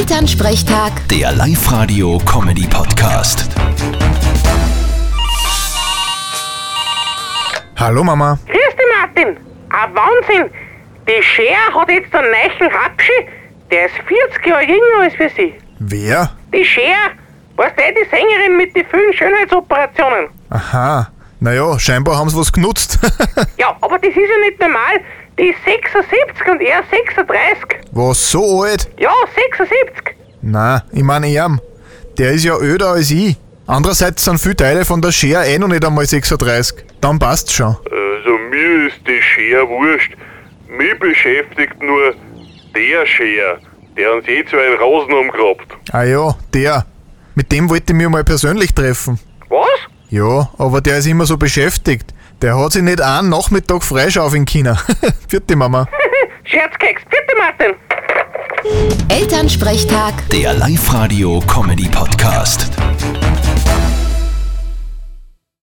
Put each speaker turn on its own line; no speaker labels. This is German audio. Elternsprechtag,
Der Live-Radio-Comedy-Podcast.
Hallo Mama.
Grüß dich, Martin. Ein Wahnsinn. Die Scher hat jetzt einen neuen Rapschi. Der ist 40 Jahre jünger als wir sie.
Wer?
Die Scher, weißt du, eh, die Sängerin mit den vielen Schönheitsoperationen.
Aha. Naja, scheinbar haben sie was genutzt.
Ja, aber das ist ja nicht normal. Die ist 76 und er 36.
was, so alt?
Ja, 76.
Na, ich meine ihm. Der ist ja öder als ich. Andererseits sind viele Teile von der Schere eh noch nicht einmal 36. Dann passt's schon.
Also mir ist die Schere wurscht. Mich beschäftigt nur der Schere, der uns je zwei Rosen umgrabt.
Ah ja, der. Mit dem wollte ich mich mal persönlich treffen.
Was?
Ja, aber der ist immer so beschäftigt. Der hat sich nicht einen Nachmittag freischaufeln können. Vierte Mama.
Scherzkeks. Bitte, Martin.
Elternsprechtag.
Der Live-Radio-Comedy-Podcast.